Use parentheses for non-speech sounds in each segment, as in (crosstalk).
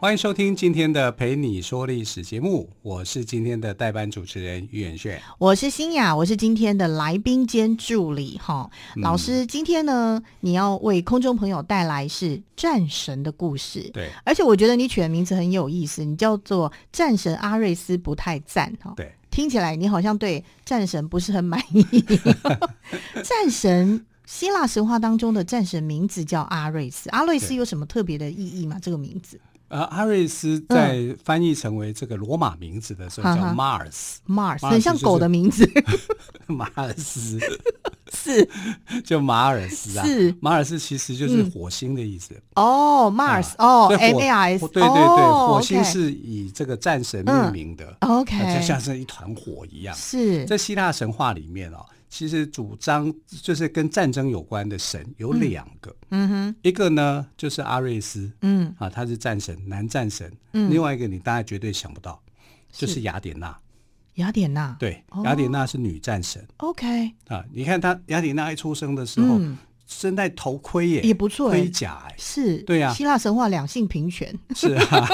欢迎收听今天的《陪你说历史》节目，我是今天的代班主持人于远炫。我是新雅，我是今天的来宾兼助理哈。嗯嗯老师，今天呢，你要为空中朋友带来是战神的故事，对而且我觉得你取的名字很有意思，你叫做战神阿瑞斯不太赞哈。对，听起来你好像对战神不是很满 (laughs) 意。战神，希腊神话当中的战神名字叫阿瑞斯，阿瑞斯对有什么特别的意义吗？这个名字呃，阿瑞斯在翻译成为这个罗马名字的时候哈叫哈 Mars， Mars 马尔斯 (laughs) 很像就是狗 (laughs) 的名字，马尔斯是就马尔斯啊，是马尔斯其实就是火星的意思。哦，Mars 啊哦对，M 火 A R S，火对对对，哦火星 OK 嗯是以这个战神命名的，呃 OK，就像是一团火一样。是在希腊神话里面哦，其实主张就是跟战争有关的神有两个，嗯哼，一个呢就是阿瑞斯，嗯啊，他是战神，男战神。另外一个你大家绝对想不到，就是雅典娜。雅典娜对哦，雅典娜是女战神、 OK 啊！你看她雅典娜一出生的时候，嗯身戴头盔耶，也不错耶盔甲哎，是，对啊希腊神话两性平权， (laughs) 是啊，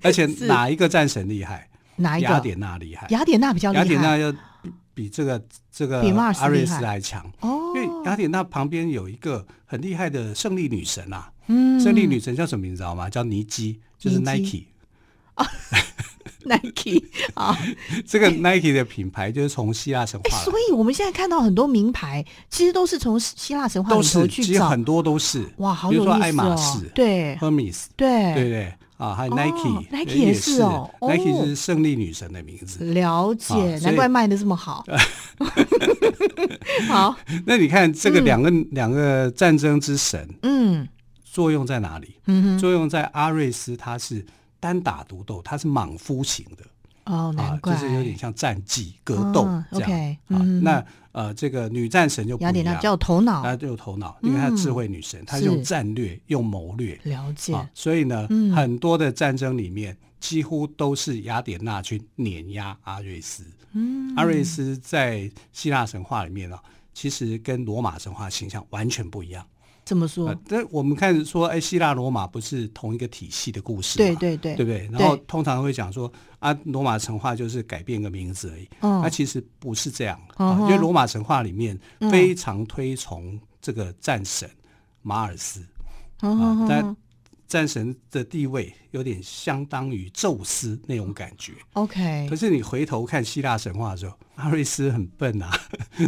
而且哪一个战神厉害？哪一个？雅典娜厉害，雅典娜比较雅厉典娜害要比比这个这个比马尔斯阿瑞厉斯害还强。哦因，为雅典娜旁边有一个很厉害的胜利女神啊，嗯胜利女神叫什么名字知道吗？叫尼基，就是尼基 Nike。 (laughs) (laughs) Nike 啊，这 (laughs) 个 Nike 的品牌就是从希腊神哎，话来所以我们现在看到很多名牌，其实都是从希腊神话都里头是，去其实找很，多都是哇，好比如有说意爱思马哦仕，、对 Hermes，对对，对啊，还有哦 Nike， Nike 也也是哦哦 n i k e 是胜利女神的名字。了解，啊所以难怪卖的这 (laughs) 么好。好，那你看这个两个两个战争之神嗯作用在哪里？嗯哼，作用在阿瑞斯他是单打独斗，他是莽夫型的哦，难啊，怪，就是有点像战绩格斗嗯这样 OK，啊嗯。那呃，这个女战神就不雅一典娜样比较，有头脑，她就有头脑，因为她是智慧女神，她用是战略，用谋略，了解，啊，所以呢，嗯很多的战争里面几乎都是雅典娜去碾压阿瑞斯。嗯，阿瑞斯在希腊神话里面啊，其实跟罗马神话形象完全不一样。这么说呃，，但我们看说，哎，希腊罗马不是同一个体系的故事嘛对对对，对不对？然后通常会讲说啊，罗马神话就是改变个名字而已。嗯那、其实不是这样、嗯啊，哼嗯因为罗马神话里面非常推崇这个战神马尔斯。嗯啊哼，哼但哼战神的地位有点相当于宙斯那种感觉。 ，OK，可是你回头看希腊神话的时候，阿瑞斯很笨啊，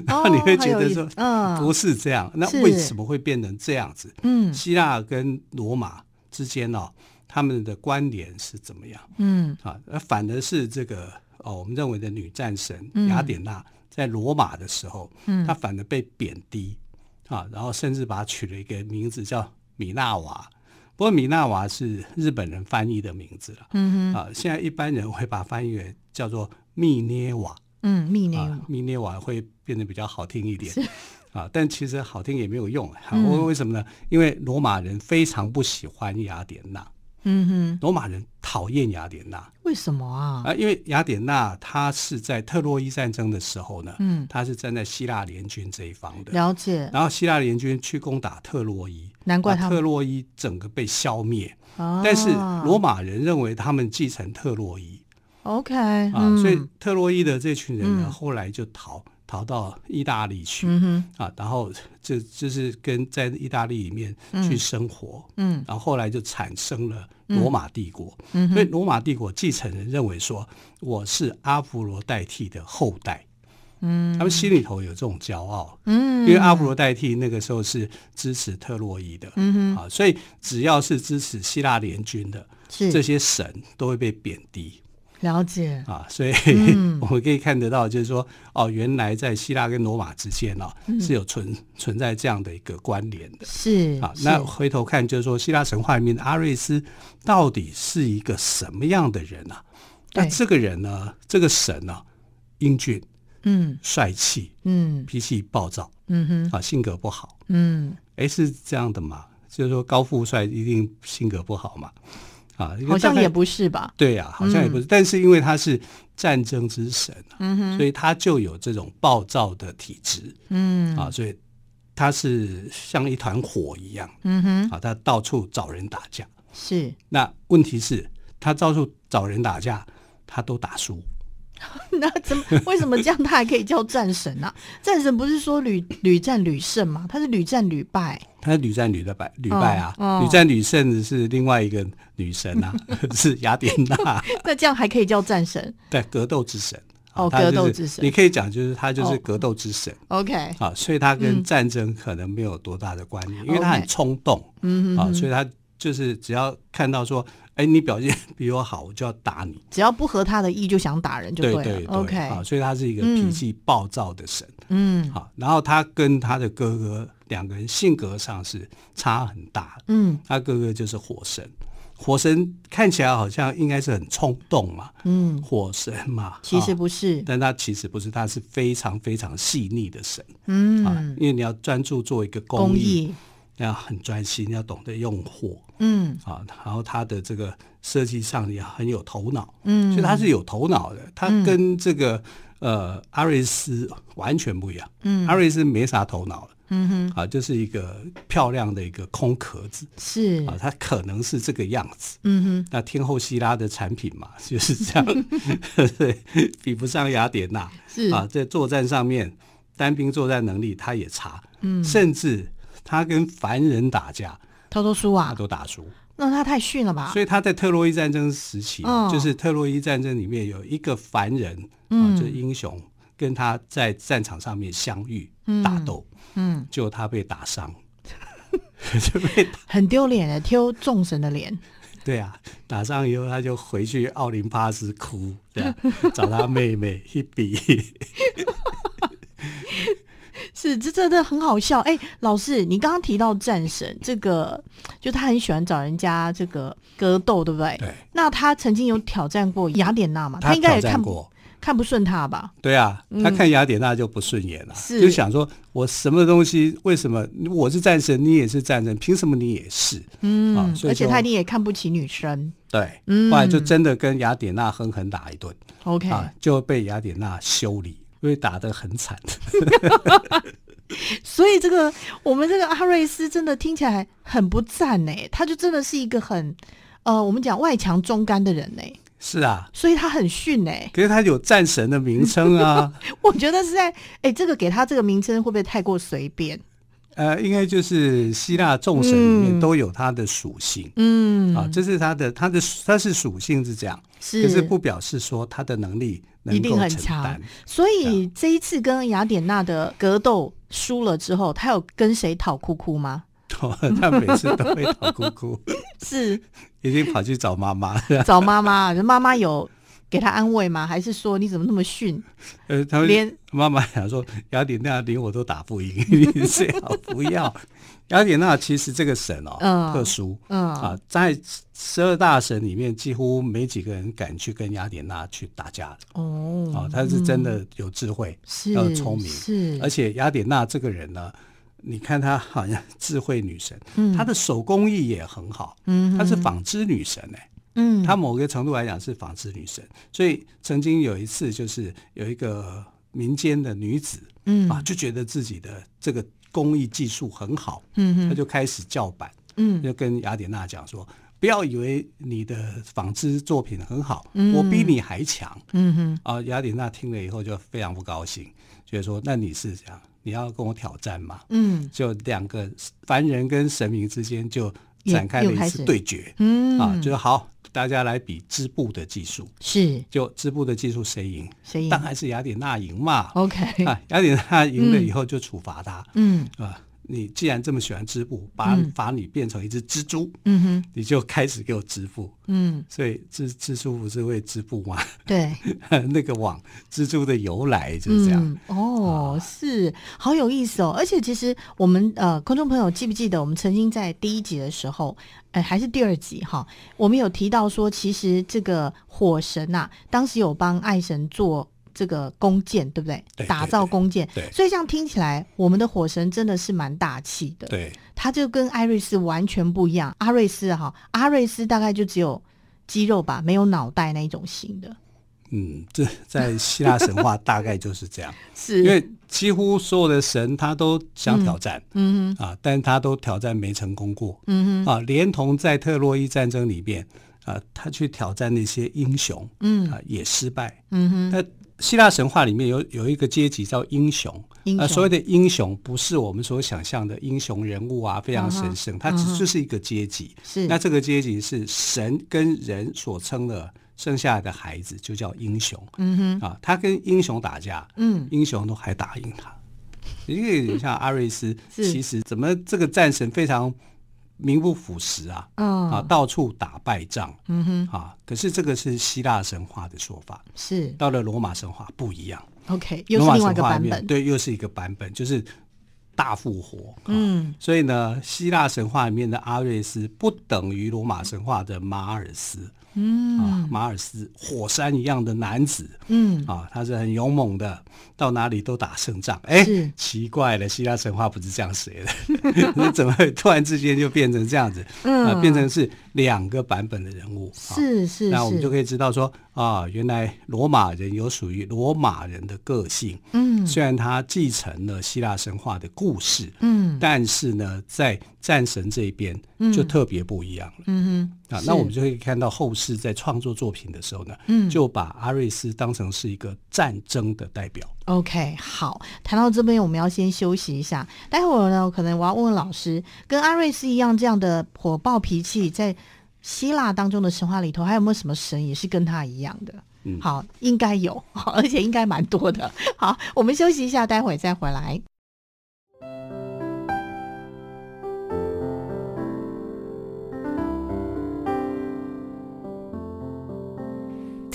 然 (laughs) 哦后你会觉得说，很有意不思嗯是这样，那是为什么会变成这样子？嗯希腊跟罗马之间哦，他们的关联是怎么样嗯啊？而反而是这个哦，我们认为的女战神嗯雅典娜，在罗马的时候，嗯她反而被贬低啊，然后甚至把她取了一个名字叫米娜娃。不过米娜娃是日本人翻译的名字了嗯嗯哼啊，现在一般人会把它翻译为叫做密涅瓦嗯，密内啊，密涅瓦会变得比较好听一点 (laughs) 啊，但其实好听也没有用啊，嗯为、为什么呢？因为罗马人非常不喜欢雅典娜，嗯哼，罗马人讨厌雅典娜为什么啊？啊，因为雅典娜她是在特洛伊战争的时候呢，嗯，她是站在希腊联军这一方的，了解，然后希腊联军去攻打特洛伊，难怪把他啊特们，洛伊整个被消灭，啊但是罗马人认为他们继承特洛伊。 OK 啊，啊所以特洛伊的这群人呢，嗯后来就逃逃到意大利去、嗯哼啊，然后这就是跟在意大利里面去生活，嗯然后后来就产生了罗马帝国。嗯所以哼罗马帝国继承人认为说，我是阿芙罗代替的后代，嗯他们心里头有这种骄傲，嗯，因为阿芙罗代替那个时候是支持特洛伊的。嗯哼啊，所以只要是支持希腊联军的这是些神，都会被贬低。了解，啊，所以、嗯 (laughs) 我们可以看得到，就是说，哦，原来在希腊跟罗马之间呢、嗯是有存存在这样的一个关联的。是啊，是那回头看，就是说，希腊神话里面的阿瑞斯到底是一个什么样的人啊？那对啊这个人呢，这个神呢、英俊，嗯帅气，嗯脾气暴躁嗯哼啊，性格不好。嗯，哎，是这样的嘛？就是说高富帅一定性格不好嘛？啊，因为好像大概也不是吧？对呀、好像也不是。但是因为他是战争之神、啊，嗯哼所以他就有这种暴躁的体质嗯啊，所以他是像一团火一样嗯哼啊，他到处找人打架。 (laughs) 是， (laughs) 那问题是，他到处找人打架，他都打输。那怎么为什么这样他还可以叫战神啊？战神不是说屡屡战屡胜吗？他是屡战屡败。 (laughs) 他是屡战屡的败，屡败啊，哦哦屡战屡胜的是另外一个女神 (laughs) 啊，是雅典娜，那这样还可以叫战神对，格斗之神。啊哦她就是格斗之神你可以讲就是他就是哦格斗之神、 ？OK，啊，所以他跟战争可能没有多大的关联，因为他嗯 OK 很冲动，嗯哼啊，哼，所以他就是只要看到说，哎，你表现 (laughs) 比我好，我就要打你，只要不合他的意就想打人就对了。对 OK，啊，所以他是一个嗯脾气暴躁的神，嗯好、然后他跟他的哥哥两个人性格上是差很大的，嗯他哥哥就是火神，火神看起来好像应该是很冲动嘛，嗯，火神嘛，其实啊不是，但他其实不是，他是非常非常细腻的神啊，嗯，因为你要专注做一个公工艺，要很专心，要懂得用火嗯啊，然后他的这个设计上也很有头脑，嗯，所以他是有头脑的，他跟这个呃阿瑞斯完全不一样，嗯阿瑞斯没啥头脑了。嗯哼啊，就是一个漂亮的一个空壳子是啊，它可能是这个样子，嗯哼那天后希拉的产品嘛，就是这 (laughs) 样， (laughs) 对，比不上雅典娜是啊，在作战上面，单兵作战能力他也差，嗯，甚至他跟凡人打架，他说输他啊，都打输，那他太逊了吧？所以他在特洛伊战争时期，哦就是特洛伊战争里面有一个凡人，嗯啊，就是英雄，跟他在战场上面相遇嗯打斗，嗯，结果他被打伤， (laughs) 就被打很丢脸的，丢众神的脸。对啊，打仗以后他就回去奥林帕斯哭，对、啊，找他妹妹 (laughs) 一比，是，这真的很好笑。哎、老师，你刚刚提到战神这个，就他很喜欢找人家这个格斗，对不对？对，那他曾经有挑战过雅典娜嘛？他哎应该挑也看战不过。看不顺他吧？对啊，他看雅典娜就不顺眼了、嗯是就想说我什么东西？为什么我是战神，你也是战神，凭什么你也是？嗯，啊所以而且他就一定也看不起女生。对，嗯后来就真的跟雅典娜狠狠打一顿、 OK，、啊，就被雅典娜修理，因为打得很惨。 (laughs) 所以这个我们这个阿瑞斯真的听起来很不赞呢、他就真的是一个很呃，我们讲外强中干的人呢、欸是啊，所以他很逊呢、可是他有战神的名称啊， (laughs) 我觉得是在哎、这个给他这个名称会不会太过随便？呃，应该就是希腊众神里面嗯都有它的属性。嗯，啊，这是他的他的他是属性是这样，是可是不表示说他的能力能一定够很承强担。所以这一次跟雅典娜的格斗输了之后，他有跟谁讨哭哭吗？ (laughs) 他每次都会讨哭 (laughs) 哭， (laughs) 是一定跑去找妈妈。找妈妈，妈妈有给他安慰吗？还是说你怎么那么逊？呃， (laughs) 他们连妈妈想说，雅典娜连我都打不赢， (laughs) 你最好不要。雅典娜其实这个神哦，嗯特殊。嗯、啊，在十二大神里面，几乎没几个人敢去跟雅典娜去打架的哦啊。他是真的有智慧，是要聪明是而且雅典娜这个人呢，你看她好像智慧女神，嗯她的手工艺也很好，嗯哼她是纺织女神哎、嗯她某个程度来讲是纺织女神。所以曾经有一次，就是有一个民间的女子嗯啊，就觉得自己的这个工艺技术很好，嗯她哼就开始叫板，嗯就跟雅典娜讲说。不要以为你的纺织作品很好，嗯我比你还强。嗯哼啊，雅典娜听了以后就非常不高兴，觉得说：“那你是这样，你要跟我挑战吗嗯？”就两个凡人跟神明之间就也展开了又开一始次对决嗯啊，就是好，大家来比织布的技术，是就织布的技术谁赢？谁赢当然是雅典娜赢嘛！ ？OK，、 (laughs) 啊，雅典娜赢了以后就处罚他嗯啊，你既然这么喜欢织布，把嗯把你变成一只蜘蛛，嗯哼你就开始给我织布。嗯所以蜘蜘蛛不是会织布吗？对， (laughs) 那个网蜘蛛的由来就是这样。啊嗯、哦，是好有意思哦！而且其实我们呃，观众朋友记不记得我们曾经在第一集的时候，呃，还是第二集哈，啊我们有提到说，其实这个火神呐、当时有帮爱神做。这个弓箭，对不对？对对打造弓箭，对对所以这样听起来，我们的火神真的是蛮大气的。，对，他就跟艾瑞斯完全不一样。阿瑞斯啊哈，阿瑞斯大概就只有肌肉吧，没有脑袋那一种型的。嗯，这在希腊神话大概就是这样，是，因为几乎所有的神他都想挑战、嗯哼，啊，但他都挑战没成功过嗯哼，啊，连同在特洛伊战争里面啊，他去挑战那些英雄嗯啊，也失败。嗯哼，那希腊神话里面有有一个阶级叫英雄，英啊，雄所谓的英雄不是我们所想象的英雄人物啊，非常嗯哼神圣，它嗯只哼就是一个阶级。是那这个阶级是神跟人所称的，剩下来的孩子就叫英雄嗯哼，啊。他跟英雄打架，嗯英雄都还打赢他。因为你像阿瑞斯，是其实怎么这个战神非常名不副实啊嗯啊，到处打败仗嗯哼，啊。可是这个是希腊神话的说法，是到了罗马神话不一样， OK，又罗是马另外一神个话里版面本。对，又是一个版本，就是大复活。啊嗯，所以呢，希腊神话里面的阿瑞斯不等于罗马神话的马尔斯，嗯啊，马尔斯火山一样的男子，嗯啊，他是很勇猛的，到哪里都打胜仗。哎是，奇怪了，希腊神话不是这样写的， (laughs) 你怎么会突然之间就变成这样子？嗯啊，变成是两个版本的人物。啊是是那我们是，就可以知道说啊，原来罗马人有属于罗马人的个性，嗯虽然他继承了希腊神话的故事，嗯但是呢，在战神这一边就特别不一样了、嗯哼啊。是那我们就可以看到后世在创作作品的时候呢，嗯就把阿瑞斯当成是一个战争的代表。 OK，好，谈到这边，我们要先休息一下。待会儿呢，可能我要问问老师，跟阿瑞斯一样这样的火爆脾气，在希腊当中的神话里头，还有没有什么神也是跟他一样的？嗯好，应该有，好而且应该蛮多的。好，我们休息一下，待会儿再回来。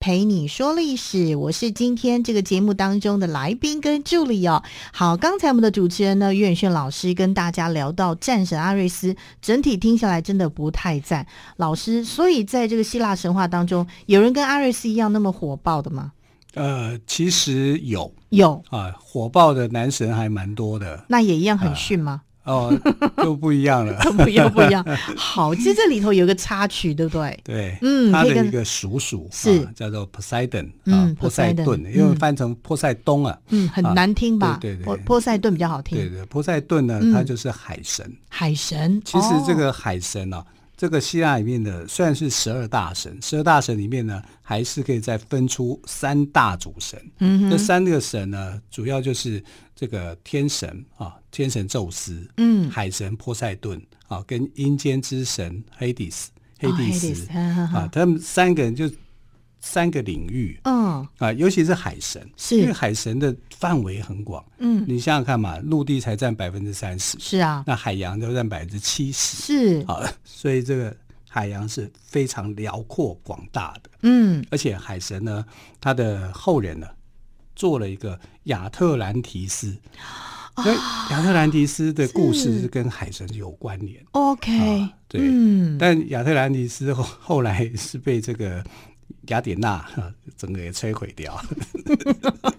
陪你说历史，我是今天这个节目当中的来宾跟助理哦。好，刚才我们的主持人呢，岳远炫老师跟大家聊到战神阿瑞斯，整体听下来真的不太赞。老师，所以在这个希腊神话当中，有人跟阿瑞斯一样那么火爆的吗？呃，其实有有，啊，火爆的男神还蛮多的那也一样啊很逊吗？ (laughs) 哦，都不一样了。不一样，不一 (laughs) 样。好，其实这里头有一个插曲，对不对？对，嗯他可以的跟一个叔叔是啊、叫做 Poseidon 啊嗯，波塞 Poseidon，顿，因为嗯翻成波塞冬啊，嗯，很难听吧？啊对对对我波塞顿比较好听。对对，波塞顿呢，嗯他就是海神。海神，其实这哦个海神呢、这个希腊里面的虽然是十二大神，十二大神里面呢，还是可以再分出三大主神。嗯哼这三个神呢，主要就是这个天神啊，天神宙斯，嗯海神波塞顿啊，跟阴间之神黑帝斯，黑哦帝黑斯帝、斯哈哈哈啊，他们三个人就三个领域。嗯啊，尤其是海神，是因为海神的范围很广。嗯，你想想看嘛，陆地才占百分之三十，是啊，那海洋就占百分之七十。是，好，所以这个海洋是非常辽阔广大的，嗯，而且海神呢，他的后人呢，做了一个亚特兰提斯。所以亚特兰提斯的故事啊是是跟海神有关联， OK，、啊对嗯，但亚特兰提斯 (laughs) 后后来是被这个雅典娜啊整个给摧毁掉， (laughs)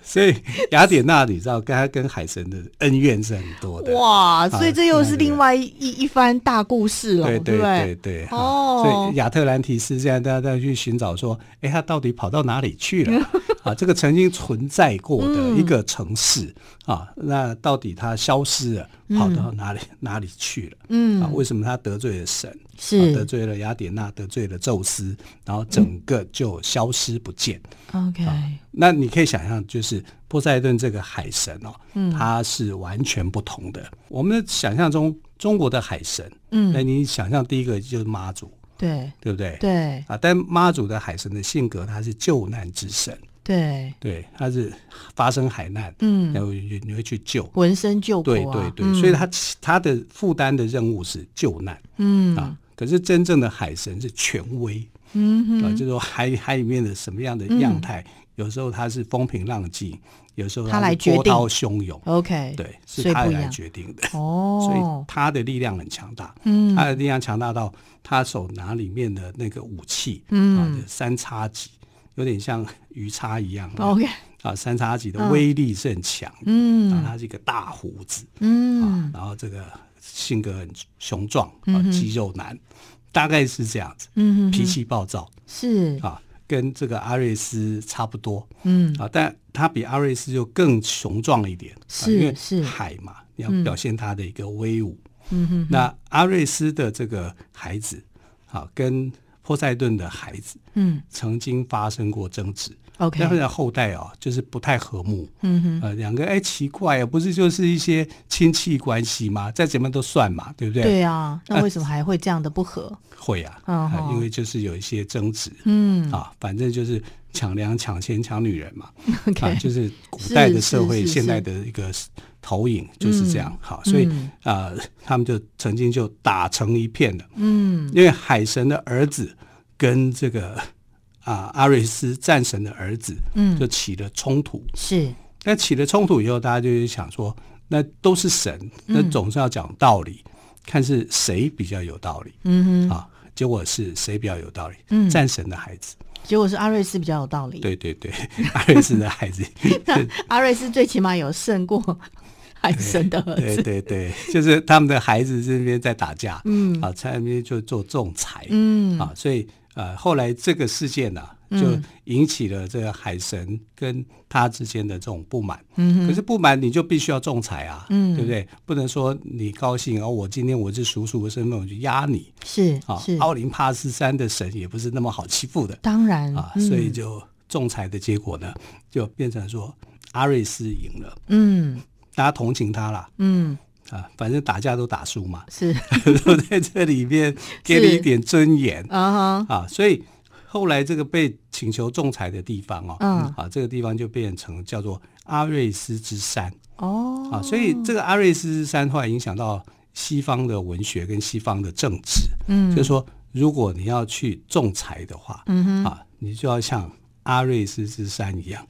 所以雅典娜你知道跟他跟海神的恩怨是很多的。哇，所以这又是另另外一一番大故事了，对对不对对，哈哦所以亚特兰提斯现在大家在去寻找说，哎，它到底跑到哪里去 (laughs) 了？啊，这个嗯曾经存在过的一个城市、啊，那到底它消失了，跑到哪里、哪里去了。啊，嗯，为什么他得罪了神？啊得是罪了雅典娜，得罪了宙斯，然后整个就消失不见。 OK，那你可以想象，就是波塞顿这个海神哦，嗯它是完全不同的。我们的想象中，中国的海神，嗯那你想象第一个就是妈祖，对对不对？对啊，但妈祖的海神的性格，他是救难之神，对，对，他是发生海难，嗯然后你你会去救，闻声救国对啊，对对，嗯所以他其他的负担的任务是救难嗯啊。可是真正的海神是权威，嗯哼嗯啊，就是说海海里面的什么样的样态，有时候它是风平浪静，有时候它是来决定波涛汹涌， ，OK，对，是所以它不一来样决定的。所以哦，它的力量很强大，嗯它的力量强大到它手拿里面的那个武器，啊，嗯就三叉戟，有点像鱼叉一样， ，OK，啊，三叉戟的威力是很强的，啊，嗯它是一个大胡子，啊嗯，然后这个性格很雄壮，啊嗯哼，肌肉男，大概是这样子，嗯哼哼脾气暴躁，是，啊，跟这个阿瑞斯差不多嗯啊，但他比阿瑞斯就更雄壮一点，啊是因为是海嘛，你要嗯表现他的一个威武。嗯哼，那阿瑞斯的这个孩子，啊，跟波塞顿的孩子嗯曾经发生过争执， ，OK，但是的后代啊，就是不太和睦。嗯哼，呃，两个哎，奇怪啊，不是就是一些亲戚关系吗？再怎么都算嘛，对不对？对啊，那啊为什么还会这样的不和？会啊，嗯啊哼因为就是有一些争执，嗯啊，反正就是抢粮、抢钱、抢女人嘛，啊， ，OK，就是古代的是社会是是现代的一个投影就是这样。好，所以嗯啊，他们就曾经就打成一片了，嗯因为海神的儿子跟这个啊阿瑞斯战神的儿子就嗯，起了冲突。是，那起了冲突以后，大家就想说，那都是神，嗯那总是要讲道理，看是谁比较有道理嗯哼，啊。结果是谁比较有道理？嗯战神的孩子。结果是阿瑞斯比较有道理，对对对， (laughs) 阿瑞斯的孩子，阿瑞斯最起码有胜过海神的儿 (laughs) 对子。对对，就是他们的孩子这边在打架，嗯啊，在那边就做仲裁，嗯，啊，所以呃，后来这个事件呢、啊就引起了这个海神跟他之间的这种不满。嗯哼可是不满你就必须要仲裁啊，嗯对不对？不能说你高兴哦，我今天我是叔叔的身份我就压你是啊是，。奥林帕斯山的神也不是那么好欺负的当然啊，嗯所以就仲裁的结果呢，就变成说阿瑞斯赢了，嗯大家同情他啦。嗯，啊，反正打架都打输嘛 (laughs) 是都在这里面给你一点尊严啊哈，啊，所以后来这个被请求仲裁的地方哦，嗯啊，这个地方就变成叫做阿瑞斯之山哦啊，所以这个阿瑞斯之山后来影响到西方的文学跟西方的政治，嗯就是说，如果你要去仲裁的话，嗯哼啊，你就要像阿瑞斯之山一样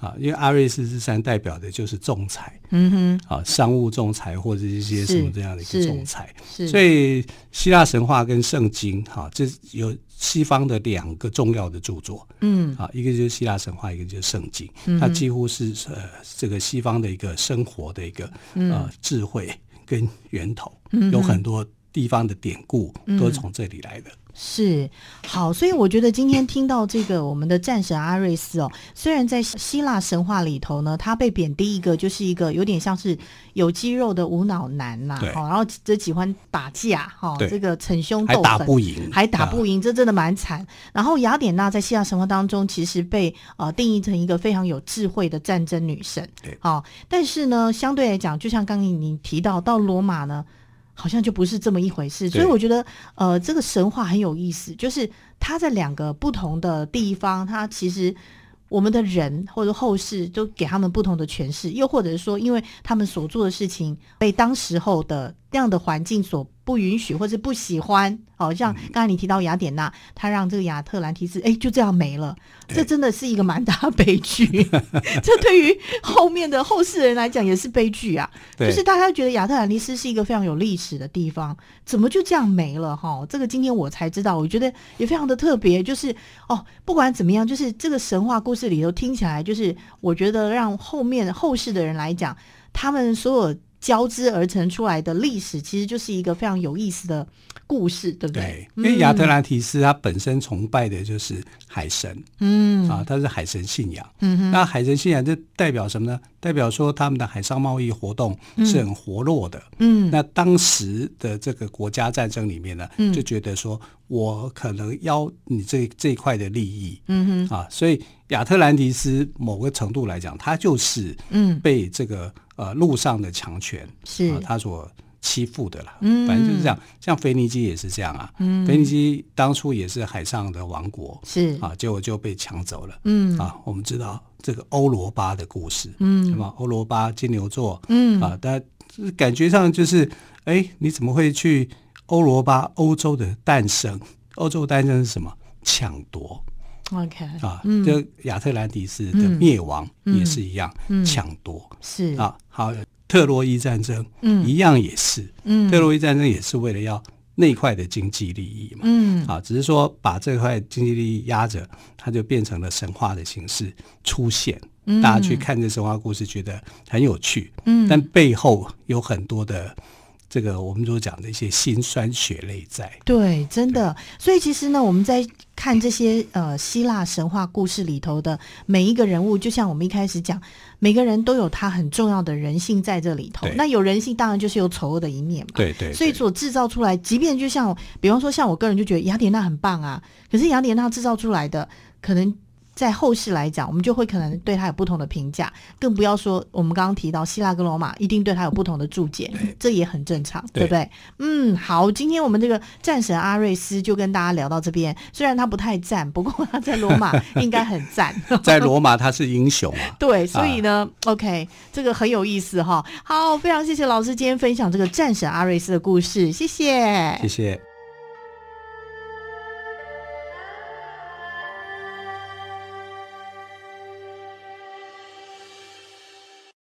啊，因为阿瑞斯之山代表的就是仲裁。嗯哼啊，商务仲裁或者一些什么这样的一是个是仲裁。是，所以希腊神话跟圣经，哈、这有西方的两个重要的著作嗯啊，一个就是希腊神话，一个就是圣经，嗯哼它几乎是呃这个西方的一个生活的一个呃智慧跟源头，嗯嗯哼嗯有很多地方的典故都是从这里来的。是好，所以我觉得今天听到这个我们的战神阿瑞斯哦，虽然在希希腊神话里头呢，他被贬低一个就是一个有点像是有肌肉的无脑男啦，对好，然后这喜欢打架哈，对这个逞凶还斗打狠，不赢，还打啊不赢，这真的蛮惨。然后雅典娜在希腊神话当中，其实被呃定义成一个非常有智慧的战争女神。哦对好、但是呢，相对来讲，就像刚刚你提到，到罗马呢，好像就不是这么一回事。所以对我觉得，呃，这个神话很有意思，就是它在两个不同的地方，它其实。我们的人或者后世都给他们不同的诠释，又或者是说，因为他们所做的事情被当时候的那样的环境所不允许或是不喜欢。哦，像刚才你提到雅典娜，她让这个亚特兰提斯，哎，就这样没了，这真的是一个蛮大的悲剧。这对于后面的后世人来讲也是悲剧啊。对就是大家觉得亚特兰蒂斯是一个非常有历史的地方，怎么就这样没了哈？这个今天我才知道，我觉得也非常的特别。就是哦，不管怎么样，就是这个神话故事里头听起来，就是我觉得让后面后世的人来讲，他们所有交织而成出来的历史，其实就是一个非常有意思的故事，对嗯不对对？，因为亚特兰提斯他本身崇拜的就是海神嗯啊，他是海神信仰。嗯哼，那海神信仰就代表什么呢？代表说他们的海上贸易活动是很活络的。嗯那当时的这个国家战争里面呢嗯，就觉得说我可能要你这这一块的利益嗯哼，啊，所以亚特兰提斯某个程度来讲，它就是嗯被这个呃陆上的强权是啊，他所欺负的啦。嗯反正就是这样。像腓尼基也是这样啊，嗯腓尼基当初也是海上的王国是啊，结果就被抢走了。嗯啊，我们知道这个欧罗巴的故事，嗯什么欧罗巴金牛座嗯啊，但就是感觉上就是，哎，你怎么会去欧罗巴？欧洲的诞生，欧洲诞生是什么？抢夺 OK 啊，嗯这亚特兰蒂斯的灭亡也是一样，嗯抢夺是啊。好，特洛伊战争嗯一样也是，嗯特洛伊战争也是为了要那块的经济利益嘛。嗯啊，只是说把这块经济利益压着，它就变成了神话的形式出现。大家去看这神话故事，觉得很有趣，嗯但背后有很多的这个我们所讲的一些辛酸血泪在。对，真的。所以其实呢，我们在看这些呃希腊神话故事里头的每一个人物，就像我们一开始讲，每个人都有他很重要的人性在这里头对。那有人性，当然就是有丑恶的一面嘛。对对所以对所制造出来，即便就像比方说像我个人就觉得雅典娜很棒啊，可是雅典娜制造出来的可能。在后世来讲，我们就会可能对她有不同的评价，更不要说我们刚刚提到希腊跟罗马一定对她有不同的注解，这也很正常，对对不对？嗯，好，今天我们这个战神阿瑞斯就跟大家聊到这边。虽然他不太赞，不过他在罗马应该很赞。，在罗马他是英雄啊对，所以呢、o k 这个很有意思哈。好，非常谢谢老师今天分享这个战神阿瑞斯的故事，谢谢谢谢。